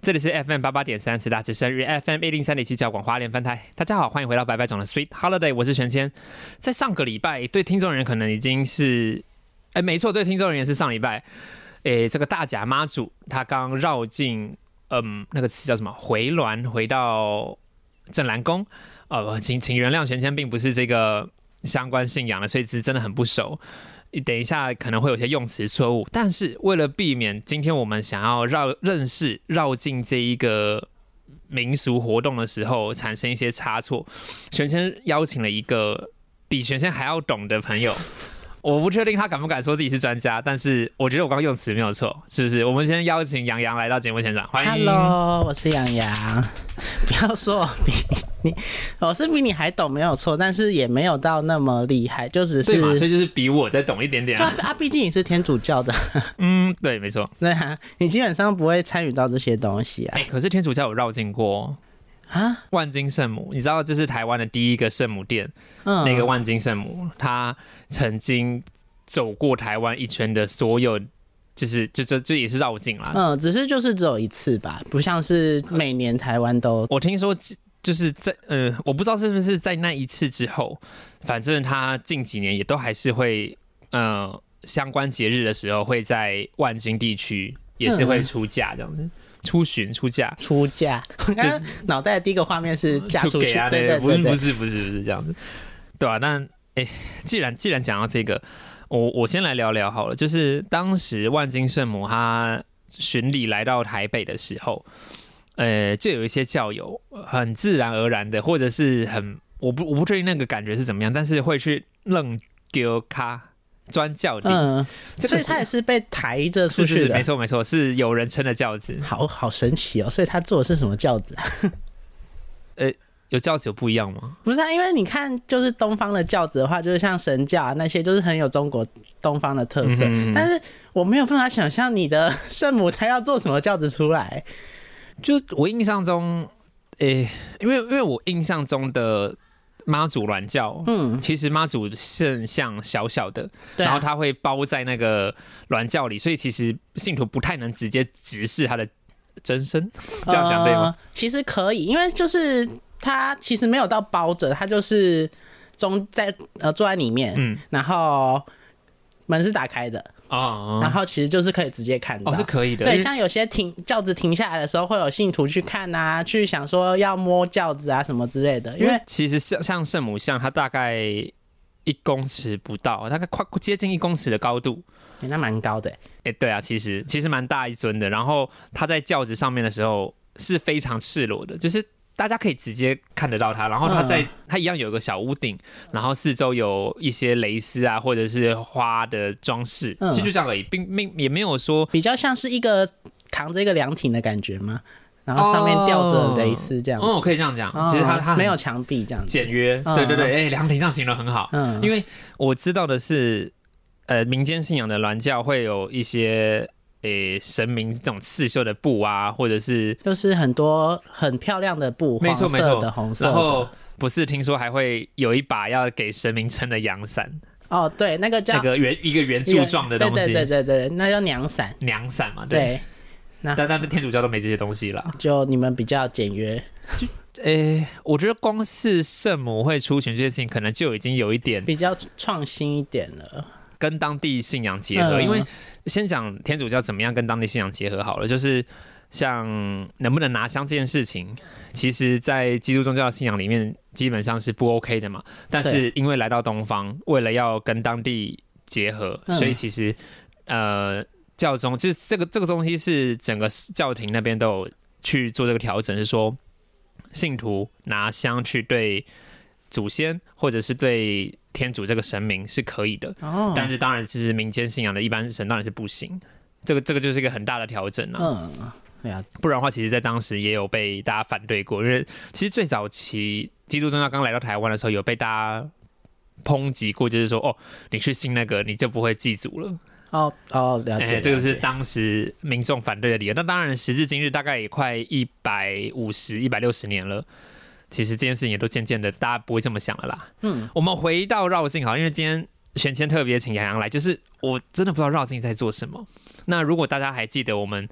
这里是 FM 八八点三，是大之生日 FM 一零三点七交广花莲分台。大家好，欢迎回到白白种的 Sweet Holiday，我是玄谦。在上个礼拜，对听众人可能已经是，哎，没错，对听众人也是上礼拜，哎，这个大甲妈祖她刚绕进，嗯，那个词叫什么？回銮回到镇澜宫。呃，请请原谅玄谦，并不是这个相关信仰的，所以是真的很不熟。等一下可能会有些用词错误，但是为了避免今天我们想要绕认识绕进这一个民俗活动的时候产生一些差错，玄先邀请了一个比玄先还要懂的朋友。我不确定他敢不敢说自己是专家，但是我觉得我刚刚用词没有错，是不是？我们先邀请杨洋来到节目现场，欢迎。 Hello，我是杨洋。不要说我比你，我是比你还懂没有错，但是也没有到那么厉害，就只是对嘛，所以就是比我再懂一点点就啊、啊，毕竟你是天主教的，嗯，对，没错。对啊，你基本上不会参与到这些东西啊哎、可是天主教有绕进过哦啊，万金圣母，你知道这是台湾的第一个圣母殿，嗯，那个万金圣母，她曾经走过台湾一圈的所有，就是就这这也是绕境啦。嗯，只是就是只有一次吧，不像是每年台湾都我听说这就是在呃，我不知道是不是在那一次之后，反正她近几年也都还是会呃，相关节日的时候会在万金地区也是嗯会出嫁这样子，出巡出嫁。出嫁。我刚刚脑袋的第一个画面是 嫁出去，给啊，对对不是对不对，是不是不是这样子，对啊，那哎、既然既然讲到这个，我我先来聊聊好了，就是当时万金圣母她巡礼来到台北的时候，呃，就有一些教友很自然而然的，或者是很我不我不确定那个感觉是怎么样，但是会去愣丢咖专教地，嗯，这所个以他也是是被抬着出是是去是的，没错没错，是有人称的教子，好好神奇哦。所以他坐的是什么轿子啊？有教子有不一样吗？不是啊，因为你看，就是东方的教子的话，就是像神教啊那些，就是很有中国东方的特色。嗯哼但是我没有办法想象你的圣母她要做什么教子出来。就我印象中，诶、因为因为我印象中的妈祖銮教，嗯，其实妈祖圣像小小的，对然后啊，它会包在那个銮教里，所以其实信徒不太能直接直视它的真身，这样讲对吗？呃？其实可以，因为就是他其实没有到包着，他就是中在呃坐在里面，嗯，然后门是打开的，哦然后其实就是可以直接看到。哦是可以的，因啊对，为像有些停轿子停下来的时候，会有信徒去看啊，去想说要摸轿子啊什么之类的，因因为为其实像像圣母像，它大概一公尺不到，大概快接近一公尺的高度，欸那蛮高的欸、哎、对啊，其实其实蛮大一尊的。然后他在轿子上面的时候是非常赤裸的，就是大家可以直接看得到他。然后他嗯在、他一样有一个小屋顶，然后四周有一些蕾丝啊或者是花的装饰，嗯其实就这样而已，并并也没有说比较像是一个扛着一个凉亭的感觉嘛，然后上面吊着蕾丝这样子。哦，可以这样讲。其实他哦他很没有墙壁这样子。简约，嗯对对对，哎、梁婷这样形容很好。嗯，因为为我知道的是，呃，民间信仰的銮教会有一些。诶、神明这种刺绣的布啊，或者是就是很多很漂亮的布，没错黄没色错的红色然后的。不是听说还会有一把要给神明撑的阳伞，哦，对，那个叫那个圆一个圆柱状的东西，对对对对对，那叫娘伞。娘伞嘛，对。对，那但但天主教都没这些东西啦。就你们比较简约。诶、我觉得光是圣母会出巡这件事情，可能就已经有一点比较创新一点了。跟当地信仰结合。嗯因为先讲天主教怎么样跟当地信仰结合好了，就是像能不能拿香这件事情，其实，在基督宗教的信仰里面基本上是不 OK 的嘛。但是因为来到东方，为了要跟当地结合，嗯所以其实呃，教宗就是这个这个东西是整个教廷那边都有去做这个调整，是说。信徒拿香去对祖先或者是对天主这个神明是可以的，哦，但是当然就是民间信仰的一般神当然是不行。这个这个就是一个很大的调整啊，嗯，对啊，不然的话，其实在当时也有被大家反对过，因为其实最早期基督宗教刚来到台湾的时候，有被大家抨击过，就是说哦，你去信那个你就不会祭祖了。哦哦，了解，哎，这个是了解当时民众反对的理由。那当然，时至今日，大概也快一百五十、一百六十年了。其实这件事情也都渐渐的，大家不会这么想了啦。嗯，我们回到绕境好了，因为今天玄谦特别请杨洋来，就是我真的不知道绕境在做什么。那如果大家还记得我们，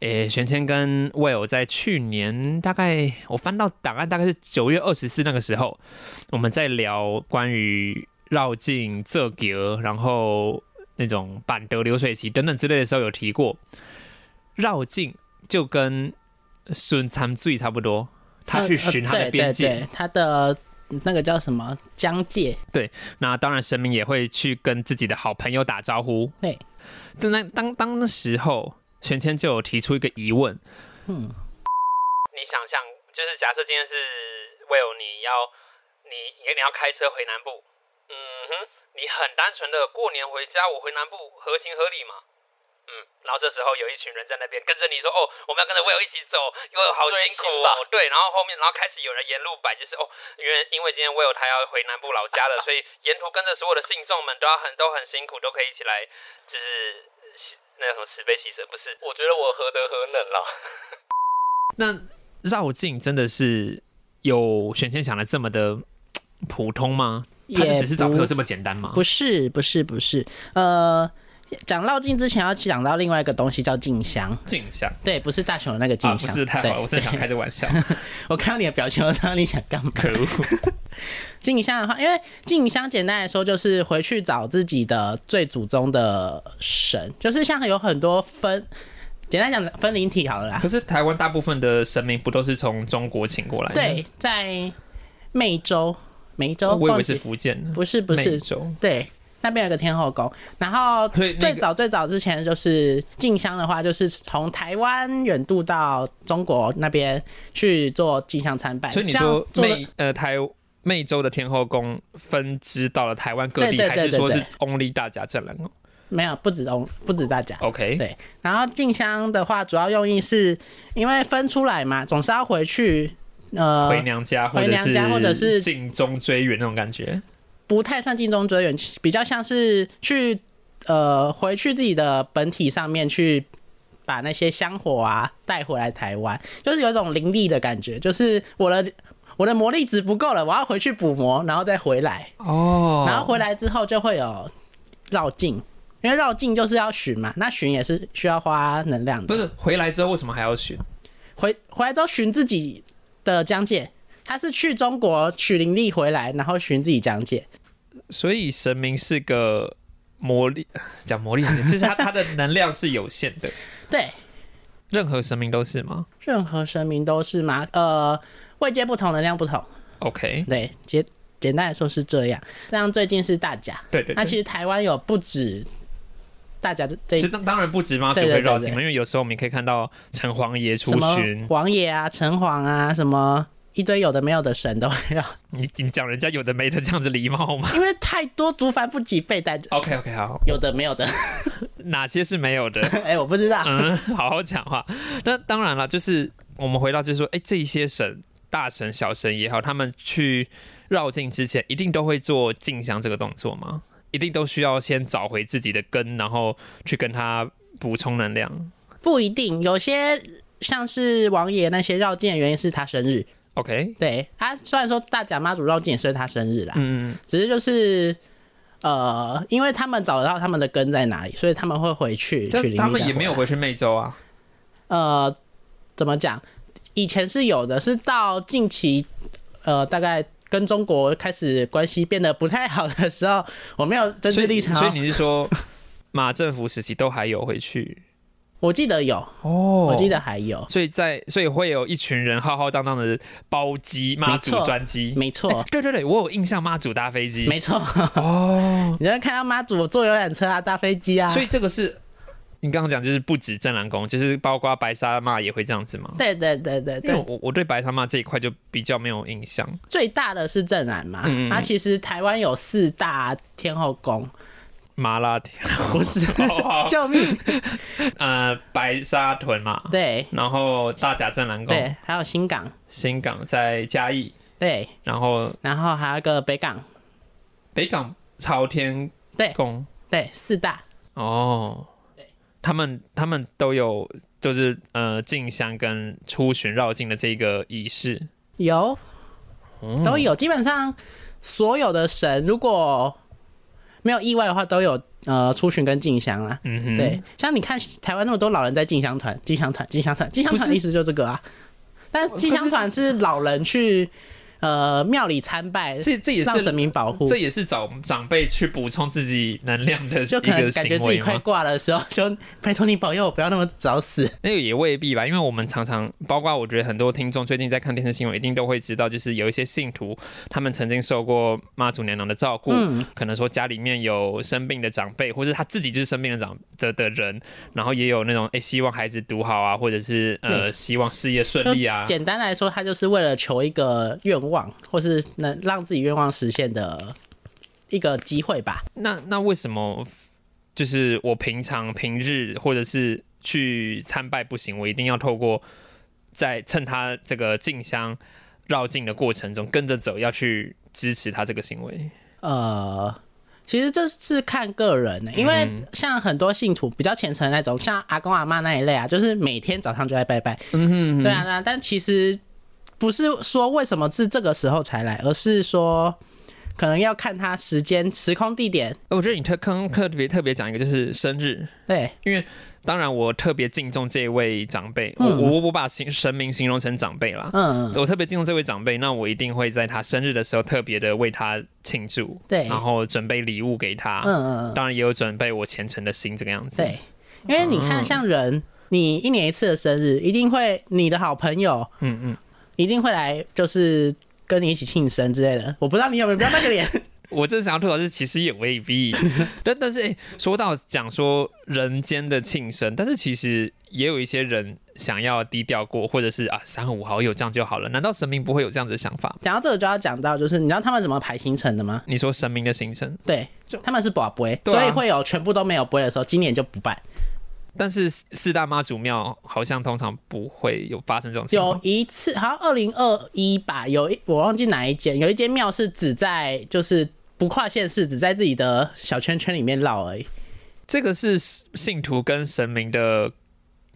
诶、玄谦跟 Will 在去年大概我翻到档案，大概是九月二十四那个时候，我们在聊关于绕境、这格，然后那种板德流水席等等之类的时候有提过，绕境就跟孙参罪差不多，他去呃寻呃他的对边对界。对他的那个叫什么疆界，那当然，神明也会去跟自己的好朋友打招呼。对，但那当当时候，玄谦就有提出一个疑问：嗯，你想象，就是假设今天是 Will，你要你你你要开车回南部，嗯哼，你很单纯的过年回家，我回南部合情合理嘛？嗯，然后这时候有一群人在那边跟着你说，哦，我们要跟着 Will 一起走，因为好辛苦哦，对，然后后面然后开始有人沿路摆，就是哦，因为因为今天 Will 他要回南部老家 了，所以沿途跟着所有的信众们都要很都很辛苦，都可以一起来，就是那什么慈悲喜舍，不是？我觉得我何德何能了。那绕境真的是有玄谦想的这么的普通吗？他就也只是找不朋友这么简单吗？不是不是不是，呃，讲绕境之前要讲到另外一个东西叫静香，镜像对，不是大雄的那个静啊，香，不是太好了，我对正想开这玩笑，我看到你的表情，我知道你想干嘛。 可恶。静香的话，因为静香简单来说就是回去找自己的最祖宗的神，就是像有很多分，简单讲分灵体好了啦 可。是台湾大部分的神明不都是从中国请过来的？对，在湄洲，湄洲，我以为忘是记福建的，不是不是湄，洲对，那边有个天后宫，然后所以那个最早最早之前就是进香的话，就是从台湾远渡到中国那边去做进香参拜。所以你这样说做了湄呃台湄洲的天后宫分支到了台湾各地，对对对还是说对是对 only 大甲镇澜哦没有？不止中，不止大家。 ？OK，对，然后进香的话，主要用意是因为分出来嘛，总是要回去，呃，回娘家或回者娘家或者是尽忠追远那种感觉。不太算尽忠追远，比较像是去呃回去自己的本体上面去把那些香火啊带回来台湾，就是有一种灵力的感觉，就是我的我的魔力值不够了，我要回去补魔，然后再回来，哦然后回来之后就会有绕境，因为绕境就是要巡嘛，那巡也是需要花能量不的，是回来之后为什么还要选？回回来之后巡自己的疆界。他是去中国取灵力回来，然后巡自己疆界，所以神明是个魔力，讲魔力很简，就是他他的能量是有限的，对，任何神明都是吗任何神明都是吗？呃，位阶不同，能量不同。 ？OK，对，简简单来说是这样。像最近是大甲，对对那对。其实台湾有不止大甲这这其实当当然不止妈祖对对会对绕对境嘛，因为有时候我们也可以看到城隍爷出什么巡，王爷啊、城隍啊，什么一堆有的没有的神都要， 你你讲人家有的没的这样子礼貌 吗因为太多竹凡不及被带着。 ？OK OK 好，有的没有的， 哪些是没有的？ 哎、我不知道。嗯，好好讲话。那当然了，就是我们回到就是说，哎、这一些神、大神、小神也好，他们去绕境之前，一定都会做进香这个动作吗？一定都需要先找回自己的根，然后去跟他补充能量。不一定，有些像是王爷那些绕境的原因是他生日， OK，对他虽然说大甲妈祖绕境也是他生日啦，嗯，只是就是呃，因为他们找得到他们的根在哪里，所以他们会啊回去去但领。他们也没有回去湄洲啊。呃，怎么讲？以前是有的，是到近期呃，大概跟中国开始关系变得不太好的时候，我没有政所治以立场哦，所以你是说马政府时期都还有回去我记得有，哦我记得。还有，所以在所以会有一群人浩浩荡荡的包机妈祖没错专机，没 错，对对对，我有印象妈祖搭飞机，没错， 哦，你会看到妈祖坐游览车啊，搭飞机啊，所以这个是你刚刚讲就是不止正蓝宫，就是包括白沙骂也会这样子吗？对对对对因为对，我我对白沙骂这一块就比较没有印象。最大的是正然嘛，嗯嗯嗯啊，其实台湾有四大天后宫，麻辣天 不是，后 救命！哦呃，白沙屯嘛，对然后大甲镇南宫、对，还有新港，新港在嘉义，对，然后然后还有一个北港，北港朝天对宫对，四大，哦，他们他们都有就是呃进香跟出巡绕境的这个仪式，有，嗯都有，基本上所有的神如果没有意外的话，都有呃出巡跟进香啦。嗯哼，对，像你看台湾那么多老人在进香团，进香团，进香团，进香团的意思就是这个啊。但进香团是老人去呃庙里参拜，这这也让神是明保护这。也是找长辈去补充自己能量的一就可能个感觉行自己为快吗？挂的时候， 就拜托你保佑我不要那么早死。那个也未必吧，因为我们常常，包括我觉得很多听众最近在看电视新闻，一定都会知道，就是有一些信徒，他们曾经受过妈祖娘娘的照顾，嗯可能说家里面有生病的长辈，或是他自己就是生病的长的的人，然后也有那种哎、诶希望孩子读好啊，或者是呃希望事业顺利啊，简单来说，他就是为了求一个愿望，或是能让自己愿望实现的一个机会吧。那那为什么就是我平常平日或者是去参拜不行，我一定要透过在趁他这个进香绕境的过程中跟着走，要去支持他这个行为？呃，其实这是看个人的、因嗯为像很多信徒比较虔诚的那种，像阿公阿妈那一类啊，就是每天早上就在拜拜。嗯哼对啊，对啊，但其实不是说为什么是这个时候才来，而是说可能要看他时间、时空、地点。呃我觉得你特刚刚特别特别讲一个就是生日，对，当然我特别敬重这位长辈，我嗯我我把形神明形容成长辈啦。嗯，我特别敬重这位长辈，那我一定会在他生日的时候特别的为他庆祝，对然后准备礼物给他，嗯嗯嗯当然也有准备我虔诚的心这个样子。对，因为你看，像人，你一年一次的生日，一定会你的好朋友嗯嗯，一定会来，就是跟你一起庆生之类的。我不知道你有没有，不要那个脸。 我正想要吐槽是，其实也未 必。但但是、诶说到讲说人间的庆生，但是其实也有一些人想要低调过，或者是啊三五好友这样就好了。难道神明不会有这样子的想法？讲到这个就要讲到，就是你知道他们怎么排行程的吗？你说神明的行程，对就，他们是不不会，对啊所以会有全部都没有不会的时候，今年就不办。但是四大妈祖庙好像通常不会有发生这种情有况。一次好像二零二一吧，有一我忘记哪一间，有一间庙是只在就是不跨县市，只在自己的小圈圈里面绕而已。这个是信徒跟神明的。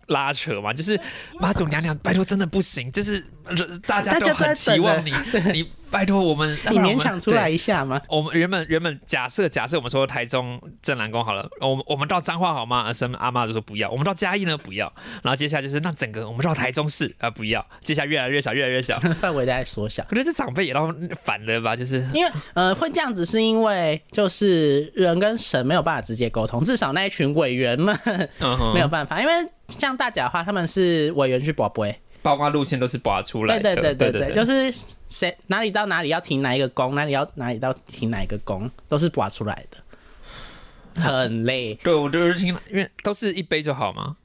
拉扯嘛，就是妈祖娘娘，拜托真的不行，就是 大家大都家都很在期等望了你，你 拜托我们，你要不然我们勉强出对来一下吗？我们原本原本假设假设我们说台中镇南宫好了，我们我们到彰化好吗？生阿妈就说不要，我们到嘉义呢不要，然后接下来就是那整个我们到台中市啊、不要，接下来越来越小越来越小，我范围在缩小。觉得这长辈也到烦了吧，就是 因为呃，会这样子是因为就是人跟神没有办法直接沟通，至少那一群委员们嗯哼，没有办法，因为像大甲的话，他们是委员去保播，包括路线都是拔出来对的，对对对对对，就是谁哪里到哪里要停哪一个宫，哪里要哪里到停哪一个宫，都是拔出来的，很累。对我就是听，因为都是一杯就好嘛，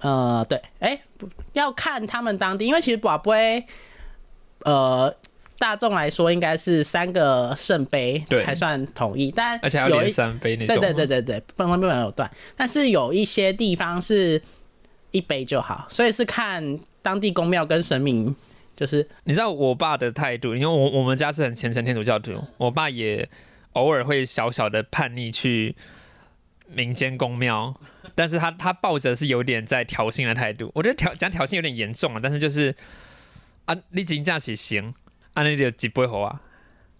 呃，对，哎、不要看他们当地，因为其实宝贝，呃，大众来说应该是三个圣杯对才算统一，但而且还要有连一三杯那对种，对对，对对，不能不能有断。但是有一些地方是一杯就好，所以是看当地公庙跟神明，就是你知道我爸的态度，因为我我们家是很虔诚天主教徒，我爸也偶尔会小小的叛逆去民间公庙，但是他他抱着是有点在挑衅的态度，我觉得挑讲挑衅有点严重了，但是就是啊，你请假起行，啊你有几杯猴啊。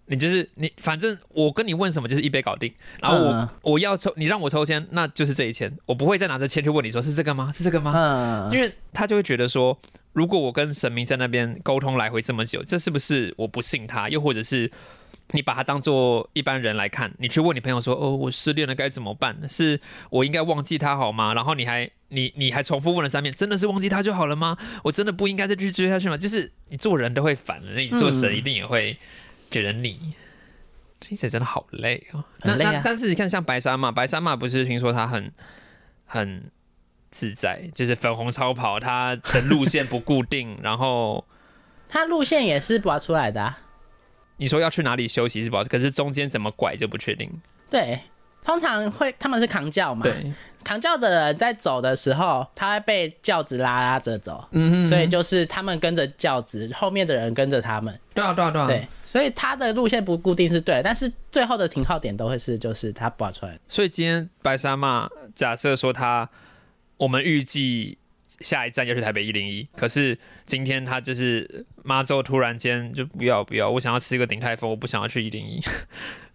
你就是你，反正我跟你问什么就是一杯搞定，然后我、嗯我要抽，你让我抽签，那就是这一签，我不会再拿着签去问你说是这个吗？是这个吗？嗯，因为他就会觉得说，如果我跟神明在那边沟通来回这么久，这是不是我不信他？又或者是你把他当做一般人来看，你去问你朋友说，哦，我失恋了该怎么办？是我应该忘记他好吗？然后你还你你还重复问了三遍，真的是忘记他就好了吗？我真的不应该再继续追下去吗？就是你做人都会烦，那你做神一定也会给人你。听起来真的好累哦。那很累啊那但是你看，像白沙嘛，白沙嘛不是听说他很很自在，就是粉红超跑它的路线不固定，然后它路线也是拔出来的、啊。你说要去哪里休息是不好，可是中间怎么拐就不确定。对，通常会他们是扛轿嘛，对，扛轿的人在走的时候，他会被轿子拉拉着走，嗯所以就是他们跟着轿子，后面的人跟着他们，对啊对啊对啊，对，所以他的路线不固定是对的，但是最后的停靠点都会是就是他拔出来的。所以今天白沙嘛，假设说他，我们预计下一站要去台北一零一，可是今天他就是妈周突然间就不要不要，我想要吃个鼎泰丰，我不想要去一 零一，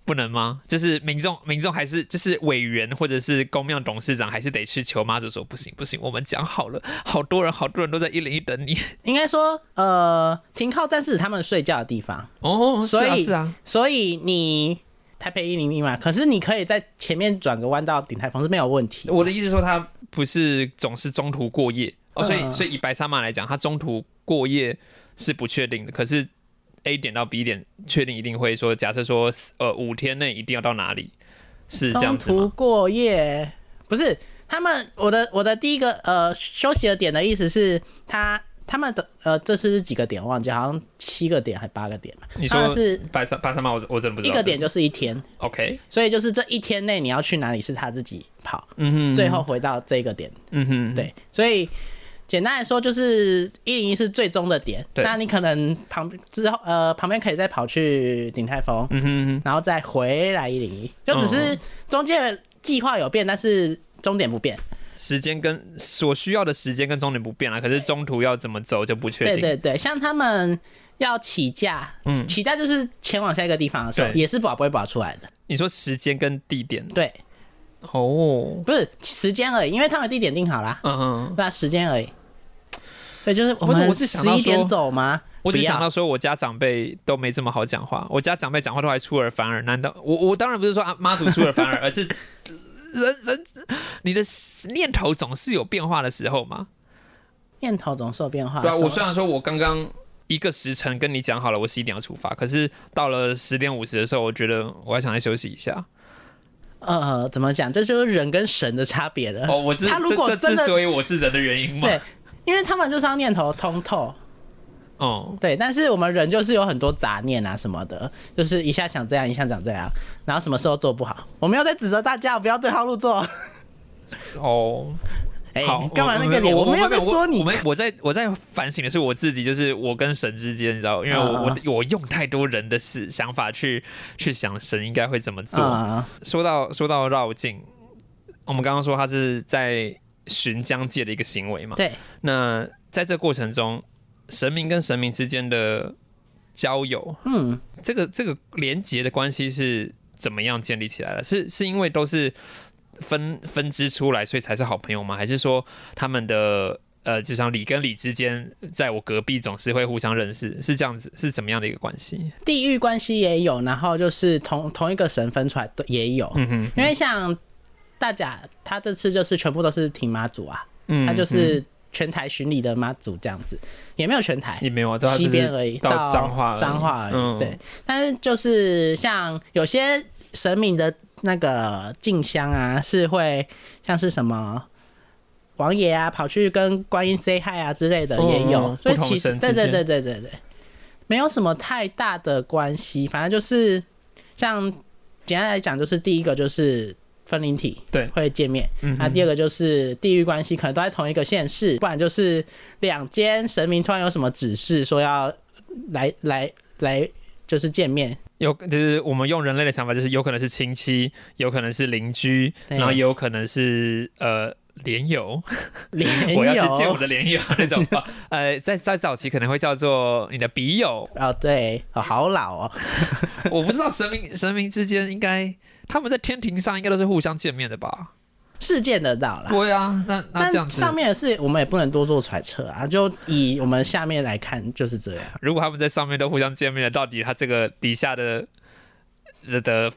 不能吗？就是民众民众还是就是委员或者是公庙董事长还是得去求妈祖说不行不行，我们讲好了，好多人好多人都在一零一等你应该说，呃，停靠站是他们睡觉的地方，哦，所以是啊是啊，所以你台北一零一嘛，可是你可以在前面转个弯到鼎泰丰是没有问题。我的意思说他不是总是中途过夜哦，所以嗯所以以白沙马来讲，他中途过夜是不确定的，可是 A 点到 B 点确定一定会说，假设说呃五天内一定要到哪里，是这样中子途吗？过夜不是他们，我的我的第一个呃休息的点的意思是他。他们的呃，这是几个点忘记，好像七个点还八个点吧。你他说啊们啊是白沙白沙马，我我真的不知一道个点就是一天， OK，所以就是这一天内你要去哪里是他自己跑，嗯哼，最后回到这个点。嗯哼，对，所以简单来说，就是一零一是最终的点。对那你可能旁之后呃旁边可以再跑去鼎泰丰，嗯哼，哦然后再回来一零一，就只是中间的计划有变，但是终点不变。时间跟所需要的时间跟终点不变啊了，可是中途要怎么走就不确定。对对对，像他们。要起价，嗯起价就是前往下一个地方的时候，对也是保不会保出来的，你说时间跟地点对，哦，不是时间而已，因为他们地点定好啦，嗯哼，对啊，时间而已。对，就是我不是们我只想十到一点说走吗？我只不要想到说，我家长辈都没这么好讲话，我家长辈讲话都还出尔反尔。难道我我当然不是说啊妈祖出尔反尔， 而是人人你的念头总是有变化的时候嘛？念头总是有变化。对啊，手我虽然说我刚刚一个时辰跟你讲好了，我十一点要出发，可是到了十点五十的时候，我觉得我还想再休息一下。呃，怎么讲？这就是人跟神的差别了。哦，我是他如果这这真之的所以我是人的原因嘛？对，因为他们就是要念头通透，哦，对。但是我们人就是有很多杂念啊什么的，就是一下想这样，一下想这样，然后什么事都做不好。我没有在指责大家，不要对号 入座。哦，哎、好，你干嘛我那个脸？我没有在说我你们我在我在反省的是我自己，就是我跟神之间，你知道，因为我、嗯我我用太多人的思想法去去想神应该会怎么做。啊、说到说到绕境，我们刚刚说他是在寻疆界的一个行为嘛？对，那在这过程中，神明跟神明之间的交友，嗯，这个这个连结的关系是怎么样建立起来的？是是因为都是分分支出来，所以才是好朋友吗？还是说他们的呃，就像李跟李之间，在我隔壁总是会互相认识，是这样子？是怎么样的一个关系？地域关系也有，然后就是同同一个神分出来都也有，嗯哼，因为像大甲他这次就是全部都是挺妈祖啊，嗯他就是全台巡礼的妈祖这样子，也没有全台也，没有啊，都西边而已，到彰化而已彰化而已。嗯对，但是就是像有些神明的那个进香啊，是会像是什么。王爷啊，跑去跟观音 say hi 啊之类的嗯也有，嗯所以不同其实神之对对间对对对对，没有什么太大的关系，反正就是像简单来讲，就是第一个就是分灵体对会见面，嗯那哼第二个就是地域关系，可能都在同一个县市，不然就是两间神明突然有什么指示说要来来来，就是 见面。有就是我们用人类的想法，就是有可能是亲戚，有可能是邻居，对然后也有可能是呃连友，连 我要去见我友的连友那种。哦呃，在在早期可能会叫做你的笔友，哦，对，哦，好老哦，我不知道神明 神明之间应该他们在天庭上应该都是互相见面的吧？是见得到啦。对啊，那那但这样子上，面的事我们也不能多做揣测啊，就以我们下面来看就是这样。如果他们在上面都互相见面了，到底他这个底下的的的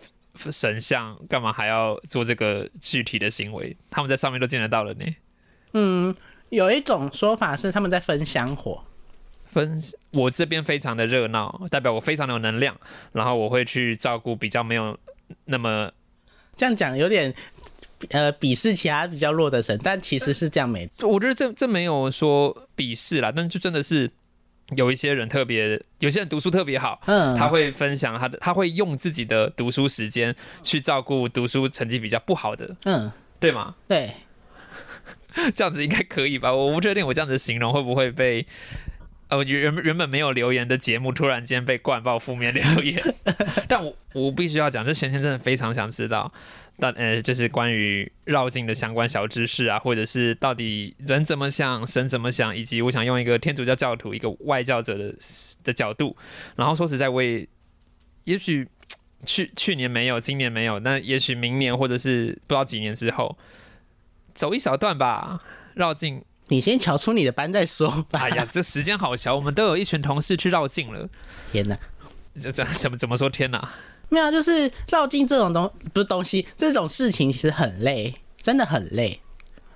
神像干嘛还要做这个具体的行为？他们在上面都见得到了呢。有一种说法是他们在分香火，分我这边非常的热闹，代表我非常的有能量，然后我会去照顾比较没有那么这样讲有点呃鄙视其他比较弱的神，但其实是这样没我觉得这这没有说鄙视啦，但就真的是有一些人特别，有些人读书特别好，嗯他会分享他的，他会用自己的读书时间去照顾读书成绩比较不好的，嗯，对吗？对， 这样子应该可以吧？我不确定我这样子形容会不会被。呃，原原本没有留言的节目，突然间被灌爆负面留言，但我我必须要讲，这玄先真的非常想知道，但呃，就是关于绕境的相关小知识啊，或者是到底人怎么想，神怎么想，以及我想用一个天主教教徒、一个外教者的的角度，然后说实在，我也也许去去年没有，今年没有，那也许明年或者是不知道几年之后，走一小段吧，绕境。你先瞧出你的班再说吧。 哎呀，这时间好巧，我们都有一群同事去绕境了。天哪！这这怎么怎么说？天哪！没有啊，就是绕境这种东不是东西，这种事情其实很累，真的很累。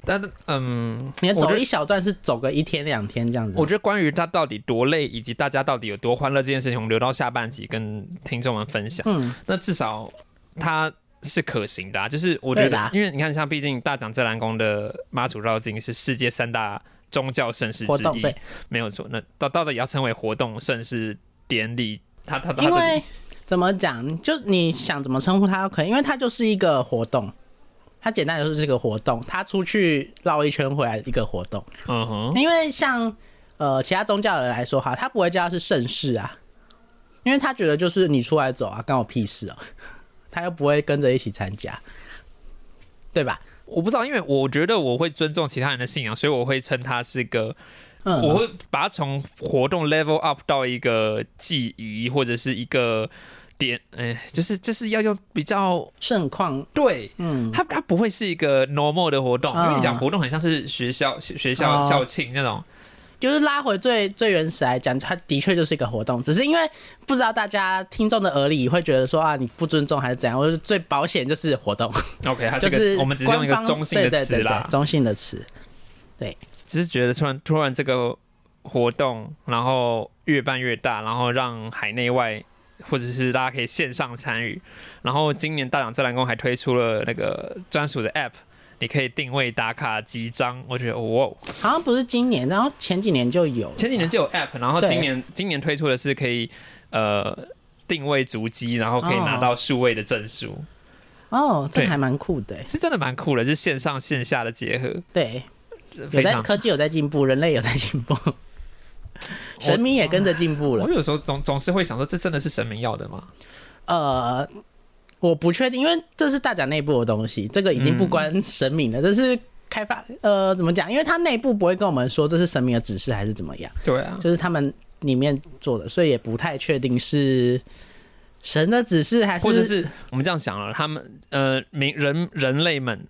但嗯，你要我走觉一得小段是走个一天两天这样子。我觉得关于他到底多累，以及大家到底有多欢乐这件事情，我们留到下半集跟听众们分享。嗯，那至少它是可行的、啊，就是我觉对得啦，因为你看，像毕竟大港镇澜宫的妈祖绕境是世界三大宗教盛事活之动一对，没有错。那到到底要称为活动盛事典礼，它它它因的为怎么讲，就你想怎么称呼它都可以，因为它就是一个活动，它简单来说是一个活动，它出去绕一圈回来一个活动。嗯哼，因为像呃其他宗教的人来说哈，他不会叫它是盛世啊，因为他觉得就是你出来走啊，干我屁事哦、 他又不会跟着一起参加，对吧？我不知道，因为我觉得我会尊重其他人的信仰，所以我会称它是个，嗯，我会把它从活动 level up 到一个记忆或者是一个点，哎，就是就是要用比较盛况，对。嗯，它它不会是一个 normal 的活动，因为你讲嗯活动很像是学校学学校哦校庆那种，就是拉回最最原始来讲，它的确就是一个活动，只是因为不知道大家听众的耳里会觉得说啊，你不尊重还是怎样，我觉得最保险就是活动， OK，它就啊这个、是我们只是用一个官方中性的对词对对啦对，中性的词，只是觉得突然突然这个活动，然后越办越大，然后让海内外或者是大家可以线上参与，然后今年大港自然宫还推出了那个专属的 App，你可以定位打卡集章，我觉得哇哦，好像不是今年，然后前几年就有了，前几年就有 App，然后对今年今年推出的是可以呃定位足迹，然后可以拿哦到数位的证书。哦，这对还蛮酷的欸，是真的蛮酷的，就是线上线下的结合，对，有非在常。科技有在进步，人类有在进步，神明也跟着进步了我，有时候总总是会想说，这真的是神明要的吗？呃。我不确定，因为这是大奖内部的东西，这个已经不关神明了，这是开发呃怎么讲？因为它内部不会跟我们说这是神明的指示还是怎么样，对啊，就是他们里面做的，所以也不太确定是神的指示还是或者是我们这样想了，他们呃民人人类们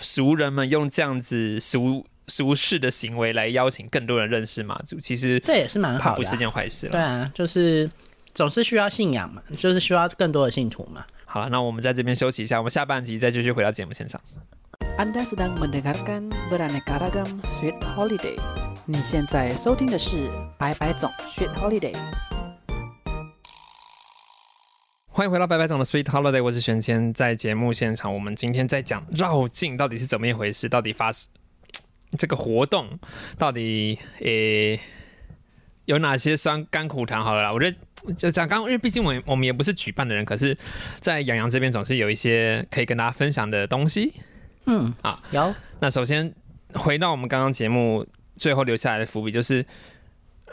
俗人们用这样子俗俗世的行为来邀请更多人认识马祖，其实这也是蛮它好不的啊、是件坏事对了。啊，就是总是需要信仰嘛，就是需要更多的信徒嘛。好，那我们在这边休息一下，我们下半集再继续回到节目现场。 Anda sedang mendengarkan beraneka ragam Sweet Holiday。你现在收听的是白白总 Sweet Holiday。欢迎回到白白总的 Sweet Holiday，我是玄谦。在节目现场，我们今天在讲绕境到底是怎么一回事，到底发生这个活动到底诶、有哪些酸甘苦谈？好了啦，我觉得就讲刚，因为毕竟我们我们也不是举办的人，可是，在洋洋这边总是有一些可以跟大家分享的东西。嗯啊，有那首先回到我们刚刚节目最后留下来的伏笔，就是，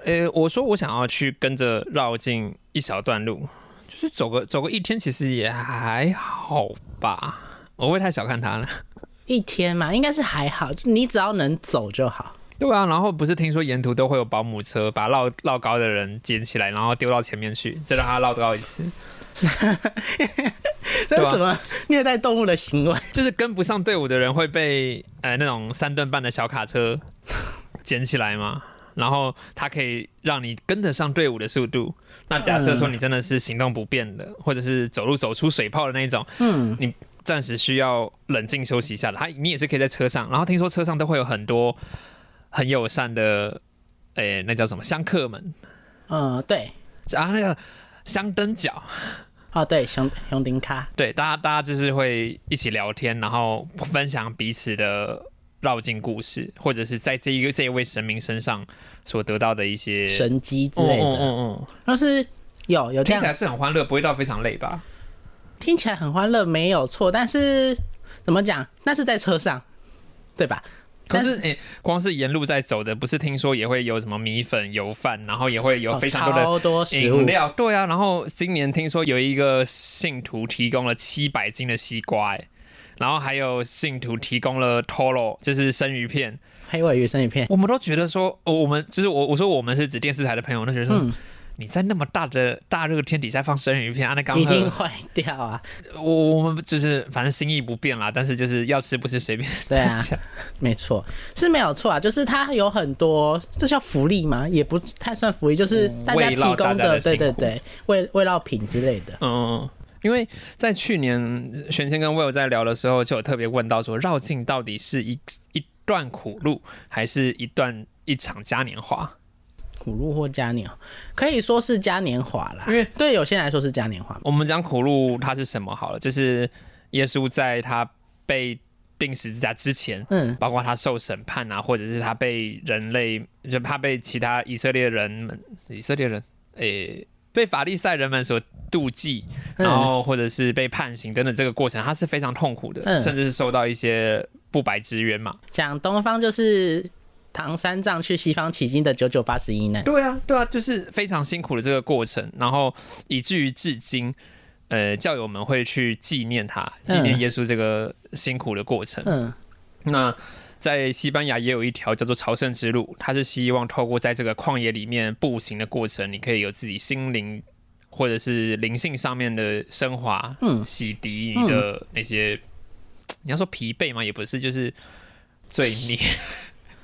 呃，我说我想要去跟着绕进一小段路，就是走个走个一天，其实也还好吧。我会不会太小看它了， 一天嘛，应该是还好，你只要能走就好。对啊。然后不是听说沿途都会有保姆车把绕绕高的人捡起来，然后丢到前面去，再让他绕高一次，这对是啊什么虐待动物的行为？就是跟不上队伍的人会被呃那种三吨半的小卡车捡起来嘛，然后它可以让你跟得上队伍的速度。那假设说你真的是行动不便的，或者是走路走出水泡的那种，嗯，暂时需要冷静休息一下的，它你也是可以在车上。然后听说车上都会有很多很友善的，诶、那叫什么香客们呃，对，啊，那个香灯脚，哦，对，熊熊丁卡，对，大家大家就是会一起聊天，然后分享彼此的绕境故事，或者是在这一个这一位神明身上所得到的一些神机之类嗯嗯的，嗯但是有嗯有这听起样来是很欢乐，不会到非常累吧？听起来很欢乐，没有错。但是怎么讲？那是在车上，对吧？可但是，诶、光是沿路在走的，不是听说也会有什么米粉、油饭，然后也会有哦非常多超多的食物饮，料，对啊。然后今年听说有一个信徒提供了七百斤的西瓜、诶然后还有信徒提供了 toro，就是生鱼片。黑尾鱼生鱼片，我们都觉得说，哦我们就是我，我说我们是指电视台的朋友，都觉得说。嗯你在那么大的大热天底下放生鱼片，啊，那刚一好定坏掉啊！我我们就是反正心意不变啦，但是就是要吃不吃随便对啊大家没错，是没有错啊。就是它有很多，这叫福利吗？也不太算福利，就是大家嗯慰提劳大供家的对辛对苦对，味味料品之类的。嗯，因为在去年玄先跟 Will 在聊的时候，就有特别问到说，绕境到底是一一段苦路，还是一段一场嘉年华？苦路或嘉年华，可以说是嘉年华啦，因为对有些人来说是嘉年华。我们讲苦路它是什么好了，就是耶稣在他被钉十字架之前。嗯，包括他受审判啊，或者是他被人类，就他被其他以色列人们、以色列人，诶、被法利赛人们所妒忌，嗯然后或者是被判刑等等，这个过程他是非常痛苦的，嗯甚至是受到一些不白之冤嘛。讲东方就是唐三藏去西方取经的九九八十一难。对啊，对啊，就是非常辛苦的这个过程，然后以至于至今。呃，教友们会去纪念他，纪念嗯耶稣这个辛苦的过程。嗯，那在西班牙也有一条叫做朝圣之路，它是希望透过在这个旷野里面步行的过程，你可以有自己心灵或者是灵性上面的升华，嗯洗涤你的那些，你要说疲惫吗？也不是，就是罪孽。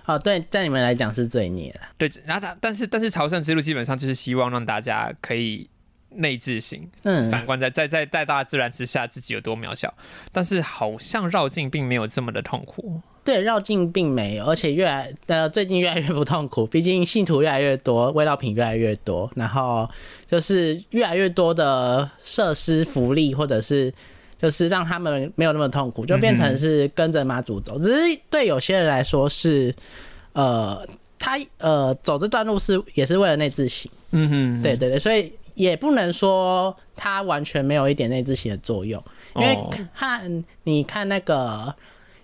哦，对，在你们来讲是罪孽啦。对，然后它但是但是朝圣之路基本上就是希望让大家可以内自省，嗯，反观在在在在大自然之下自己有多渺小，但是好像绕境并没有这么的痛苦。对，绕境并没有，而且越来呃最近越来越不痛苦，毕竟信徒越来越多，味道品越来越多，然后就是越来越多的设施福利或者是。就是让他们没有那么痛苦，就变成是跟着妈祖走。只是对有些人来说是，呃，他呃走这段路是也是为了内自省，嗯哼，对对对，所以也不能说它完全没有一点内自省的作用，因为哦看你看那个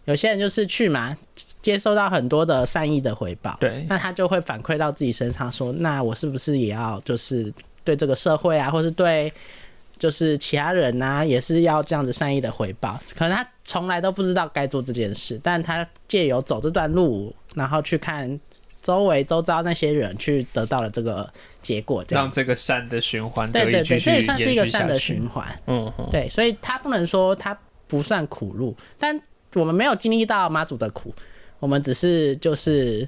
有些人就是去嘛，接收到很多的善意的回报，对那他就会反馈到自己身上说，那我是不是也要就是对这个社会啊，或是对。就是其他人呐、也是要这样子善意的回报。可能他从来都不知道该做这件事，但他借由走这段路，然后去看周围周遭那些人，去得到了这个结果，这样让子这个善的循环对得对以继对，续这也算是一个延续下善的去循环。嗯嗯对，所以他不能说他不算苦路，但我们没有经历到妈祖的苦，我们只是就是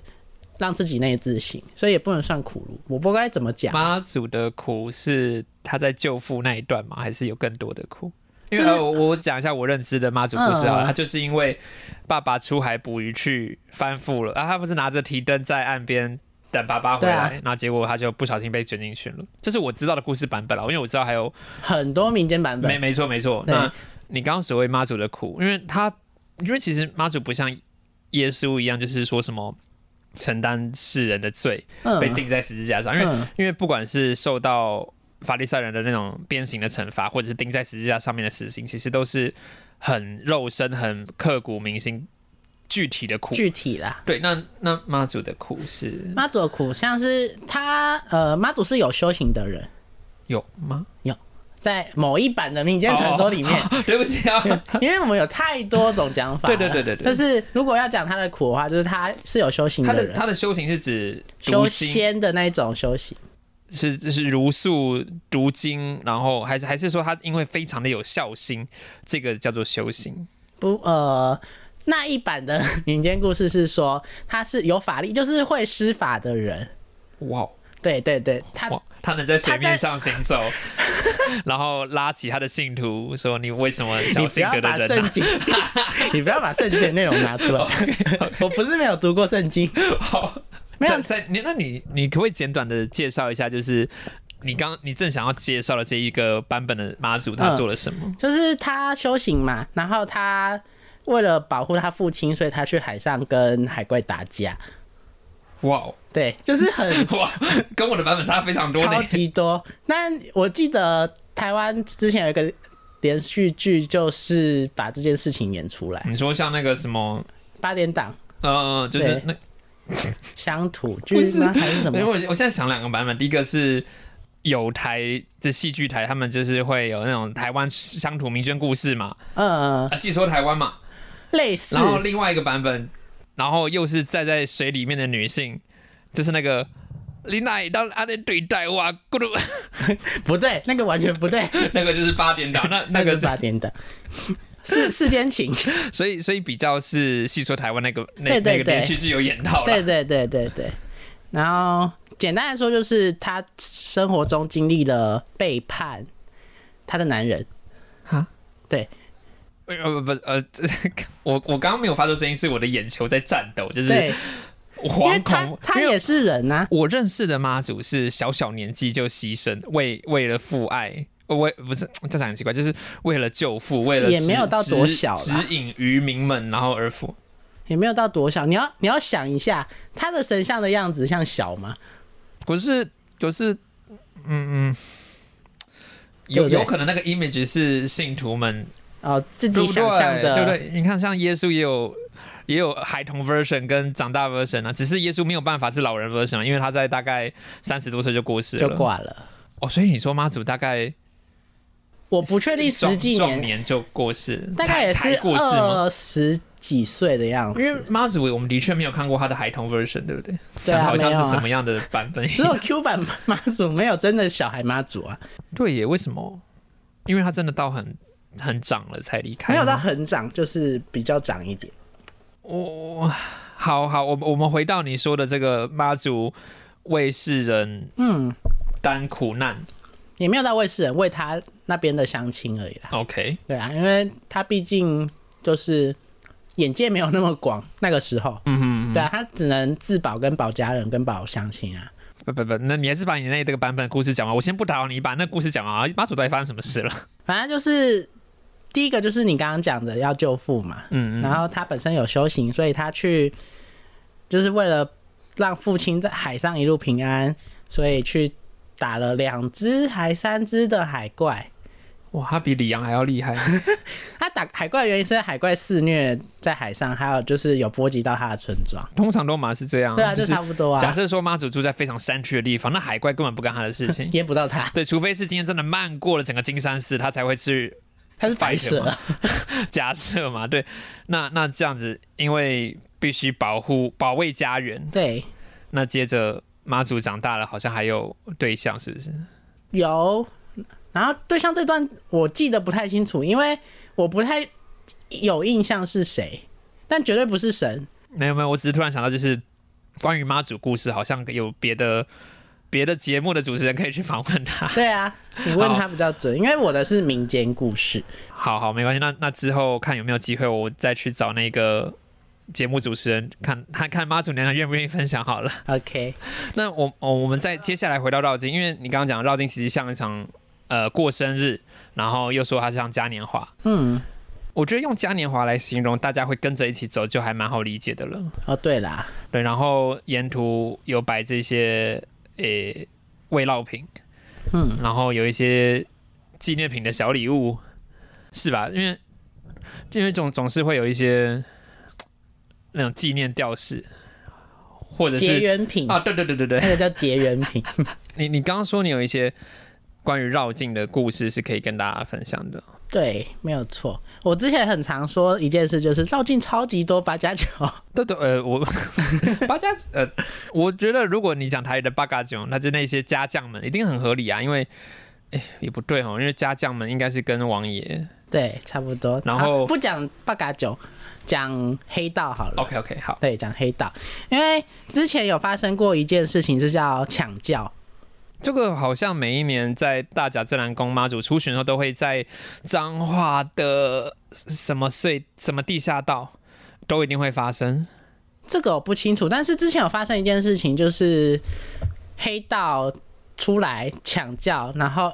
让自己内自省，所以也不能算苦路。我不该怎么讲，妈祖的苦是他在救父那一段吗？还是有更多的苦？因为、就是呃、我我讲一下我认知的妈祖故事好了，嗯他就是因为爸爸出海捕鱼去翻覆了，然、啊后他不是拿着提灯在岸边等爸爸回来，对啊然后结果他就不小心被卷进去了。这是我知道的故事版本了，因为我知道还有很多民间版没本，没错没错。对那你刚刚所谓妈祖的苦，因为他因为其实妈祖不像耶稣一样，就是说什么承担世人的罪，嗯被钉在十字架上，因为、嗯因为不管是受到法利赛人的那种鞭刑的惩罚，或者是钉在十字架上面的死刑，其实都是很肉身、很刻骨铭心、具体的苦。具体啦。对，那那妈祖的苦是妈祖的苦像是他呃，妈祖是有修行的人，有吗？ 在某一版的民间传说里面， 对不起啊，因为我们有太多种讲法了。对对对对对但是如果要讲他的苦的话，就是他是有修行他的的人，他的修行是指修读经仙的那一种修行。是就是茹素读经，然后还是还是说他因为非常的有孝心，这个叫做修行。不呃那一版的 民间故事是说他是有法力，就是会施法的人。哦哇对对对，他哇，他能在水他在面上行 走，然后拉起他的信徒说：“你为什么你小不心要得把的人、圣啊经，你不要把圣经 的内容拿 出来。我不是没有读过圣经，？”好， 没有在在你那你你可不可以简短的介绍一下，就是你刚你正想要介绍的这一个版本的妈祖，嗯他做了什么？就是他修行嘛，然后他为了保护他父亲，所以他去海上跟海怪打架。哇哦对，就是很哇，跟我的版本差非常多呢超。级多。那我记得台湾之前有一个连续剧，就是把这件事情演出来，你说像那个什么，八点档呃，就是那，乡土剧不是吗？还是什因为么？我我现在想两个版本，第一个是。有台的戏剧台，他们就是会有那种台湾乡土民间故事嘛，呃啊，，细说台湾嘛。类似然。后另外一个版本，然后又是站在水里面的女性，就是那个你哪当安尼对待我，咕 噜，不对，那个完全不对，那个就是八点档， 那那那个个八点档是世间情，所以所以比较是细说台湾那个那对对那个对连续剧有演到对了，对对对对。然后简单来说，就是她生活中经历了背叛她的男人，呃不不呃， 这个我我刚刚没有发出声音，是我的眼球在颤抖，就是对，因为惶她恐，她因为也是人啊呐、我认识的妈祖是小小年纪就牺牲，为为了父爱，为不是这样讲很奇怪，就是为了救父，为了也指没有到多指小啦指引渔民们，然后而父。也没有到多小。你要你要想一下，她的神像的样子像小吗？可是可是，嗯嗯，对有不对有可能那个 image 是信徒们哦，自对己不想对象的，对不对？你看，像耶稣也有。也有孩童 version 跟长大 version 啊，只是耶稣没有办法是老人 version，啊因为他在大概三十多岁就过世了。就挂了。哦，所以你说妈祖大概我不确定实际壮壮年，年就过世，大概也才是才过世吗？二十几岁的样子因。为 妈祖我们的确没有看过他的孩童 version，对不对？对啊想好像没有啊是什么样的版 本？只有 Q 版妈祖，没有真的小孩妈祖啊， 对耶，为什么？因为他真的到很很长了才离开吗，没有到很长，就是比较长一点。我、好好，我们我们回到你说的这个妈祖为世人嗯，担苦难也没有到为世人，为他那边的乡亲而已啦。 ，OK，对啊，因为他毕竟就是眼界没有那么广，那个时候，嗯哼嗯哼对啊，他只能自保跟保家人跟保乡亲啊。不不不，那你还是把你那这个版本的故事讲完，我先不打扰你，把那故事讲完啊，妈祖到底发生什么事了？反正就是第一个就是你刚刚讲的要救父嘛，嗯嗯，然后他本身有修行，所以他去就是为了让父亲在海上一路平安，所以去打了两只还三只的海怪。哇，他比李阳还要厉害，他打海怪的原因是海怪肆虐在海上，还有就是有波及到他的村庄。通常都嘛是这样，对啊，哦就就是差不多啊，假设说妈祖住在非常山区的地方，那海怪根本不干他的事 情。淹不到他，对，除非是今天真的漫过了整个金山寺，他才会去他是白蛇白蛇。假设嘛。对，那那这样子，因为必须保护保卫家园，对，那接着妈祖长大了，好像还有对象，是不是？有。然后对象这段我记得不太清楚，因为我不太有印象是谁，但绝对不是神。没有没有，我只是突然想到，就是关于妈祖故事，好像有别的别的节目的主持人可以去访问他。对啊，你问他比较准，因为我的是民间故事。好好，没关系。那那之后看有没有机会，我再去找那个节目主持人，看他看妈祖娘娘愿不愿意分享好了。 OK， 那我我我们再接下来回到绕境，因为你刚刚讲绕境其实像一场呃过生日，然后又说它像嘉年华。嗯，我觉得用嘉年华来形容，大家会跟着一起走，就还蛮好理解的了。哦对啦，对，然后沿途有摆这些诶、味烙品，嗯，然后有一些纪念品的小礼物，是吧？因为因为总总是会有一些嘖那种纪念吊饰，或者结是缘品，啊，对对对对对那，个叫结缘品。 你你刚刚说你有一些关于绕境的故事是可以跟大家分享的，对，没有错。我之前很常说一件事，就是绕境超级多八加九。 对对，呃，我八家呃，我觉得如果你讲台语的八嘎囧，那就那些家将们一定很合理啊，因为。哎，也不对哦，因为家将们应该是跟王爷。对，差不多。然后啊不讲八嘎九，讲黑道好了。 OK OK，好，对，讲黑道，因为之前有发生过一件事情，是叫抢教。这个好像每一年在大甲镇澜宫妈祖出巡的时候，都会在彰化的什么隧、什么地下道，都一定会发生。这个我不清楚，但是之前有发生一件事情，就是黑道出来抢教，然后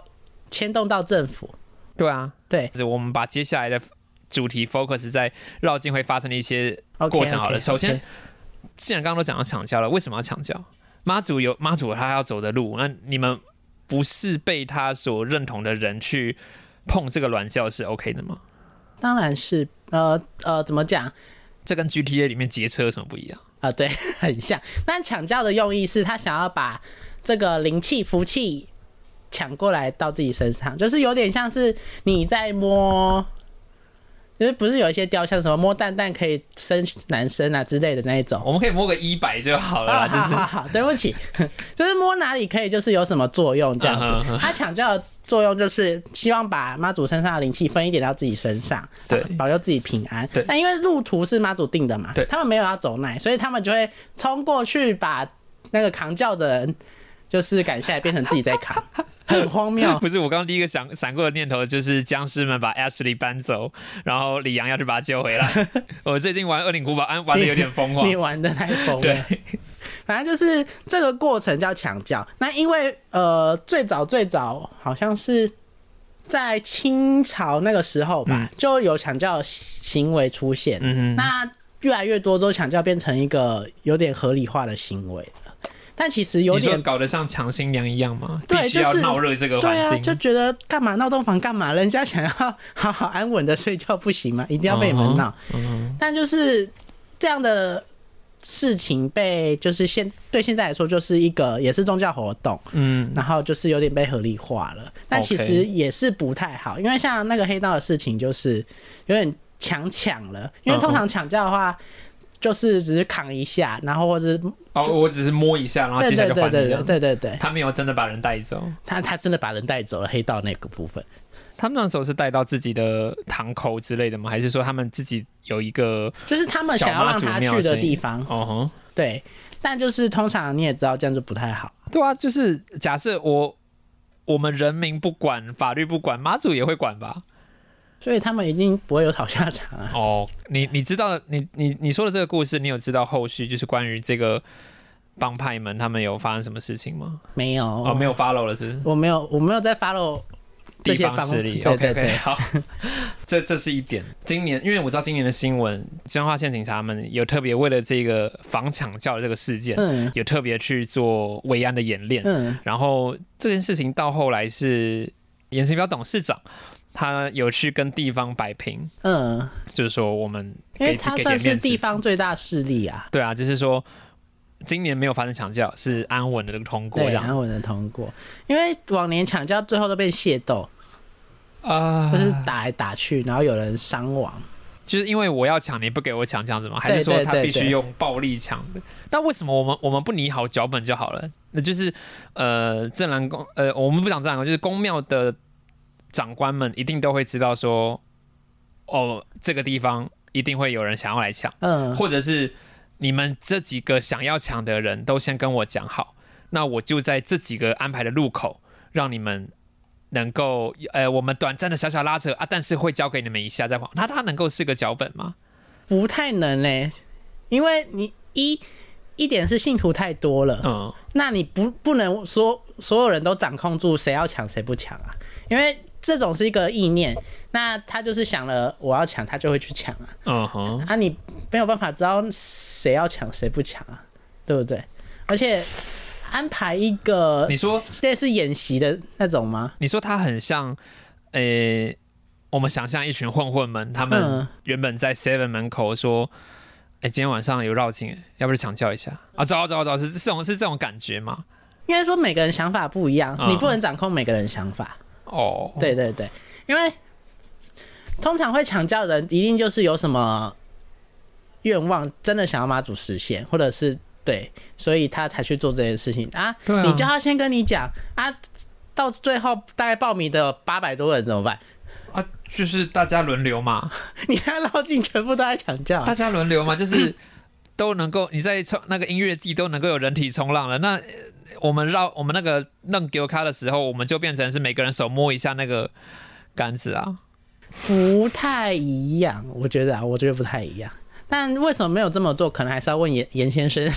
牵动到政府。对啊，对就是我们把接下来的主题 focus 在绕境会发生的一些 OK，过程好了。 OK，首先 OK，既然刚刚都讲到抢教了，为什么要抢教？妈祖有妈祖他要走的路，那你们不是被他所认同的人去碰这个软教是 OK 的吗？当然是呃呃，怎么讲？这跟 GTA 里面劫车有什么不一样？啊，对， 很像。但抢教的用意是他想要把这个灵气、福气抢过来到自己身上，就是有点像是你在摸，就是不是有一些雕像什么摸蛋蛋可以生男生啊之类的那一种。我们可以摸个一百就好 了啦，就哈是哈哈对不起， 就是摸哪里可以，就是有什么作用这样嗯子。他抢教的作用就是希望把妈祖身上的灵气分一点到自己身上，啊对保佑自己平安。对但因为路途是妈祖定的嘛对，他们没有要走奶，所以他们就会冲过去把那个扛轿的人就是赶下来，变成自己在扛，很荒谬。不是我刚刚第一个想闪过的念头就是僵尸们把 Ashley 搬走，然后李阳要去把他救回来。 我最近玩《恶灵古堡》啊安玩的有点疯狂你，玩的太疯了对。反正就是这个过程叫抢教。那因为呃，最早最早好像是在清朝那个时候吧，就有抢教行为出现。嗯哼，那越来越多之后，抢教变成一个有点合理化的行为了。但其实有你说点搞得像抢新娘一样吗？对必须要就是闹热这个对啊，环就境。觉得干嘛闹洞房干嘛？人家想要好好安稳的睡觉不行吗？一定要被你们闹？但就是这样的事情被就是现对现在来说就是一个也是宗教活动，嗯，然后就是有点被合理化了，但其 OK 实也是不太好，因为像那个黑道的事情就是有点强抢了，因为通常抢架的话。就是只是扛一下，然后或者哦，我只是摸一下，然后对接下对来就对还对你对了。对对对，他没有真的把人带走，他他真的把人带走了，黑道那个部分。他们那时候是带到自己的堂口之类的吗？还是说他们自己有一个？就是他们想要让他去的地方，哦哼，对。但就是通常你也知道，这样就不太好。对啊，就是假设我我们人民不管，法律不管，妈祖也会管吧？所以他们一定不会有好下场啊。哦，你你知道，你你你说的这个故事，你有知道后续就是关于这个帮派们他们有发生什么事情吗？没有，哦，没有 follow 了，是不是？我没有，我没有在 follow 这地些方帮势力对 OK，对 OK，对， 好，这这是一点。今年，因为我知道今年的新闻，彰化县警察们有特别为了这个防抢教的这个事件，嗯有特别去做维安的演练。嗯，然后这件事情到后来是严清标董事长，他有去跟地方摆平，嗯，就是说我们因为给他给算点面是子地方最大势力啊，对啊，就是说今年没有发生抢教，是安稳的通过这对，然样后我能通过，因为往年抢教最后都被械斗，啊就是打来打去，然后有人伤亡。就是因为我要抢你不给我抢这样子吗？还是说对对他对必须对用暴力抢的？那为什么我们我们不拟好脚本就好了？那就是呃正蓝宫呃我们不讲正蓝宫，就是宫庙的长官们一定都会知道说，哦这个地方一定会有人想要来抢。嗯，或者是你们这几个想要抢的人都先跟我讲好，那我就在这几个安排的路口让你们能够，呃，我们短暂的小小拉扯啊，但是会交给你们一下再还。那它能够是个脚本吗？不太能嘞、因为你一一点是信徒太多了，嗯，那你不不能说所有人都掌控住谁要抢谁不抢啊，因为这种是一个意念，那他就是想了我要抢，他就会去抢啊，嗯哼，啊你没有办法知道谁要抢谁不抢啊，对不对？而且安排一个嗯你说，类似演习的那种吗？你说它很像，呃、我们想象一群混混们，他们嗯原本在 Seven 门口说。哎、今天晚上有绕境，哎要不就抢叫一下啊？走啊走啊走啊，是是这种是这种感觉吗？应该说每个人想法不一样，嗯你不能掌控每个人想法。哦，，对对对，因为通常会抢教的人，一定就是有什么愿望，真的想要妈祖实现，或者是对，所以他才去做这件事情啊。对啊你叫他先跟你讲啊，到最后大概报名的八百多人怎么办？ 啊，就是大家轮流嘛，你看绕进全部都在啊抢教、大家轮流嘛，就是都能够你在冲那个音乐季都能够有人体冲浪了。那呃我们绕我们那个弄丢咖的时候，我们就变成是每个人手摸一下那个杆子啊。不太一样，我觉得啊，我觉得不太一样。但为什么没有这么做？可能还是要问严严先生。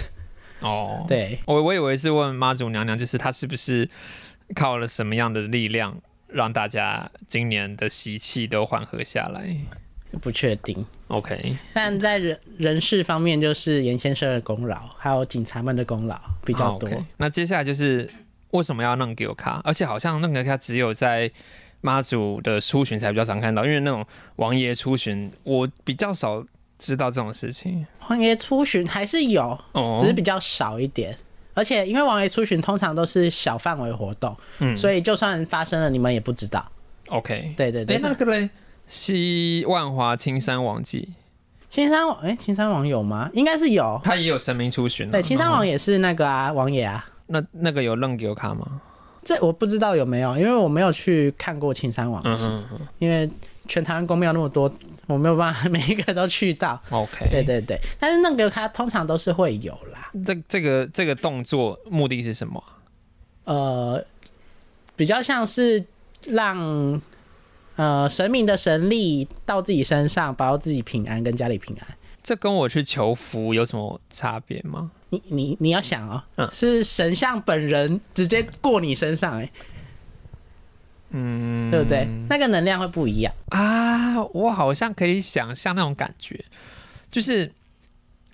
哦，，对，我我以为是问妈祖娘娘，就是她是不是靠了什么样的力量，让大家今年的习气都缓和下来不确定。 ？OK，但在人人事方面，就是严先生的功劳，还有警察们的功劳比比较多。哦那接下来就是为什么要弄给我卡？而且好像弄给我卡只有在妈祖的出巡才比较常看到，因为那种王爷出巡，我比较少知道这种事情。王爷出巡还是有，哦，只是比较少一点。而且因为王爷出巡通常都是小范围活动，嗯所以就算发生了，你们也不知道。 OK，对对哎、对，那个嘞，西万华青山王记，青山王，哎、青山王有吗？应该是有。他也有神明出巡、啊。对，青山王然后也是那个啊，王爷啊。那那个有弄给我卡吗？这我不知道有没有，因为我没有去看过青山王嗯子，嗯嗯因为全台湾公庙那么多，我没有办法 每一个都去到。 ，OK，对对对，但是那个它通常都是会有啦，这这个这个动作目的是什么？啊呃，比较像是让呃神明的神力到自己身上，保佑自己平安跟家里平安。这跟我去求福有什么差别吗？你你你要想哦，嗯是神像本人直接过你身上、欸，嗯，对不对？那个能量会不一样。啊，我好像可以想象那种感觉，就是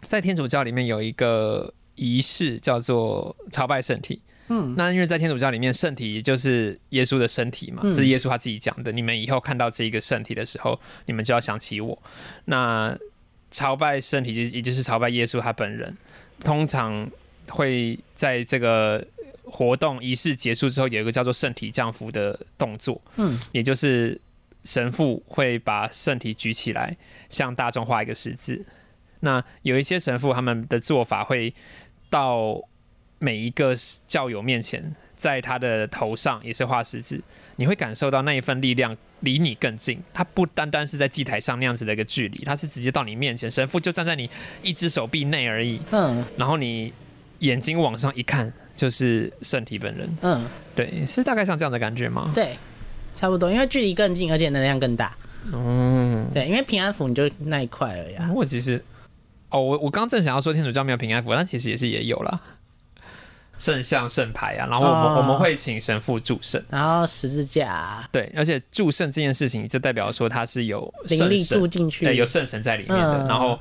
在天主教里面有一个仪式叫做朝拜圣体。嗯，那因为在天主教里面，圣体就是耶稣的身体嘛，嗯这是耶稣他自己讲的。你们以后看到这个圣体的时候，你们就要想起我。那朝拜圣体，就也就是朝拜耶稣他本人，通常会在这个活动仪式结束之后，有一个叫做圣体降服的动作。嗯，也就是神父会把圣体举起来，向大众画一个十字。那有一些神父他们的做法会到每一个教友面前，在他的头上也是画十字，你会感受到那一份力量离你更近。它不单单是在祭台上那样子的一个距离，它是直接到你面前，神父就站在你一只手臂内而已。嗯然后你眼睛往上一看，就是圣体本人。嗯，对，是大概像这样的感觉吗？对，差不多，因为距离更近，而且能量更大。嗯。对，因为平安符你就那一块而已、啊。我其实，哦，我我刚正想要说天主教没有平安符，但其实也是也有啦，圣像、圣牌啊，然后我们、啊我们会请神父祝圣，然后十字架、啊、对，而且祝圣这件事情就代表说他是有灵圣力神住，进去，对，有圣神在里面的，嗯然后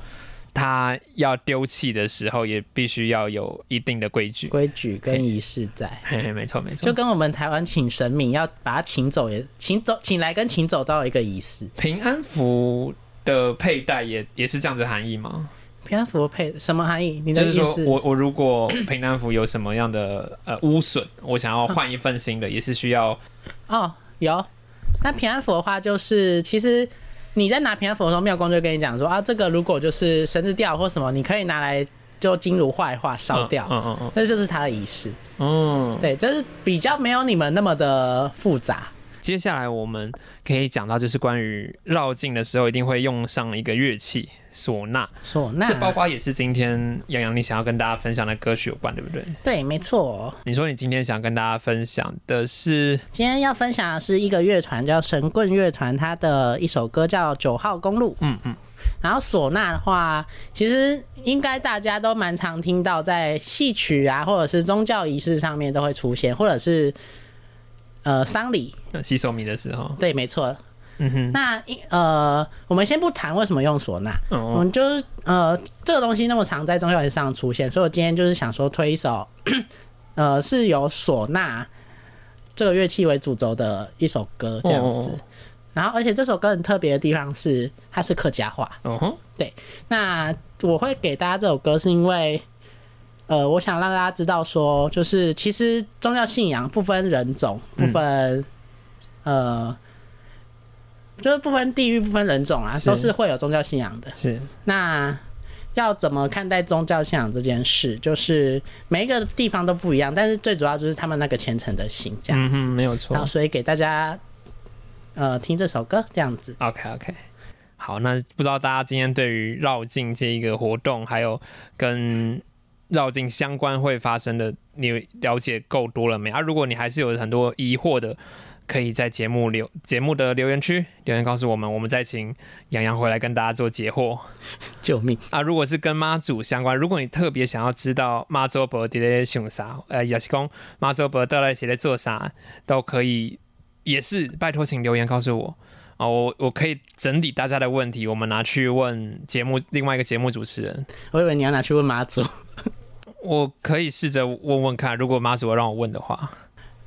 他要丢弃的时候也必须要有一定的规矩，规矩跟仪式在，嘿嘿，没错没错就，跟我们台湾请神明要把他请走也请走，请来跟请走到一个仪式。平安符。的佩戴也也是这样子的含义吗？平安符配什么含义？你的就是意说思？我我如果平安符有什么样的呃污损，我想嗯要换一份新的，也是需要哦，有。那平安符的话，就是其实你在拿平安符的时候，庙公就会跟你讲说啊，这个如果就是绳子掉或什么，你可以拿来就金炉化一化，烧掉。嗯嗯嗯这就是它的仪式，嗯。嗯对，就是比较没有你们那么的复杂。接下来我们可以讲到就是关于绕境的时候一定会用上一个乐器唢呐，唢呐，这包括也是今天杨洋你想要跟大家分享的歌曲有关，对不对？对，没错。哦你说你今天想跟大家分享的是今天要分享的是一个乐团叫神棍乐团，它的一首歌叫《九号公路》。嗯嗯，然后唢呐的话，其实应该大家都蛮常听到，在戏曲啊，或者是宗教仪式上面都会出现，或者是呃丧礼。呃洗手米的时候，对，没错。嗯哼，那一呃，我们先不谈为什么用唢呐，我哦们就是呃这个东西那么常在宗教仪式上出现，所以我今天就是想说推一首， 呃是由唢呐这个乐器为主轴的一首歌这样子。哦然后，而且这首歌很特别的地方是，它是客家话。哦吼，那我会给大家这首歌，是因为，呃，我想让大家知道说，就是其实宗教信仰不分人种，不分，嗯呃，就是不分地域、不分人种啊，是都是会有宗教信仰的。是那要怎么看待宗教信仰这件事？就是每一个地方都不一样，但是最主要就是他们那个虔诚的心这样嗯子。哼，没有然错后，。所以给大家，呃，听这首歌这样子。 OK OK，好，那不知道大家今天对于绕境这一个活动，还有跟绕境相关会发生的，你了解够多了没？啊，如果你还是有很多疑惑的，可以在节目留节目的留言区留言告诉我们，我们再请洋洋回来跟大家做解惑救命！啊。如果是跟妈祖相关，如果你特别想要知道妈祖伯伫咧想啥，呃，也是讲妈祖伯到底是在做啥，都可以，也是拜托请留言告诉我。啊，我我可以整理大家的问题，我们拿去问节目另外一个节目主持人。我以为你要拿去问马祖。我可以试着问问看，如果妈祖要让我问的话，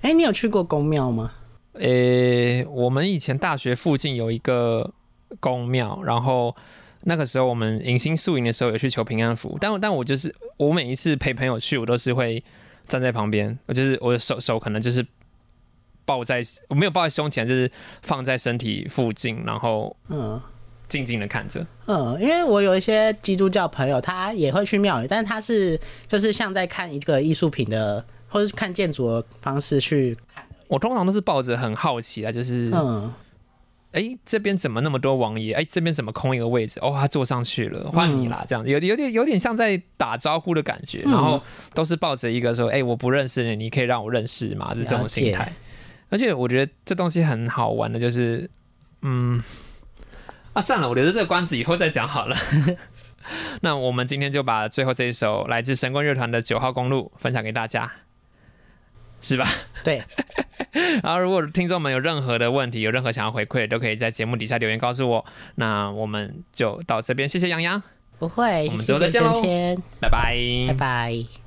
哎、你有去过宫庙吗？呃、我们以前大学附近有一个宫庙，然后那个时候我们迎新宿营的时候有去求平安符，但但我就是我每一次陪朋友去，我都是会站在旁边，我就是我的手手可能就是抱在我没有抱在胸前，就是放在身体附近，然后嗯静静的看着。嗯，因为我有一些基督教朋友，他也会去庙宇，但他是就是像在看一个艺术品的，或者是看建筑的方式去看。我通常都是抱着很好奇啊，就是嗯，哎、这边怎么那么多王爷？哎、这边怎么空一个位置？哦，他坐上去了，换你啦，这样子有有点有点像在打招呼的感觉，嗯然后都是抱着一个说，哎、我不认识你，你可以让我认识吗？的这种心了态。而且我觉得这东西很好玩的，就是，嗯，啊，算了，我留着这个关子，以后再讲好 了。那我们今天就把最后这一首来自神棍乐团的《九号公路》分享给大家，是吧？对， 然后，如果听众们有任何的问题，有任何想要回馈，都可以在节目底下留言告诉我。那我们就到这边，谢谢洋洋，不会我们之后再见喽谢谢芊芊拜拜，拜拜。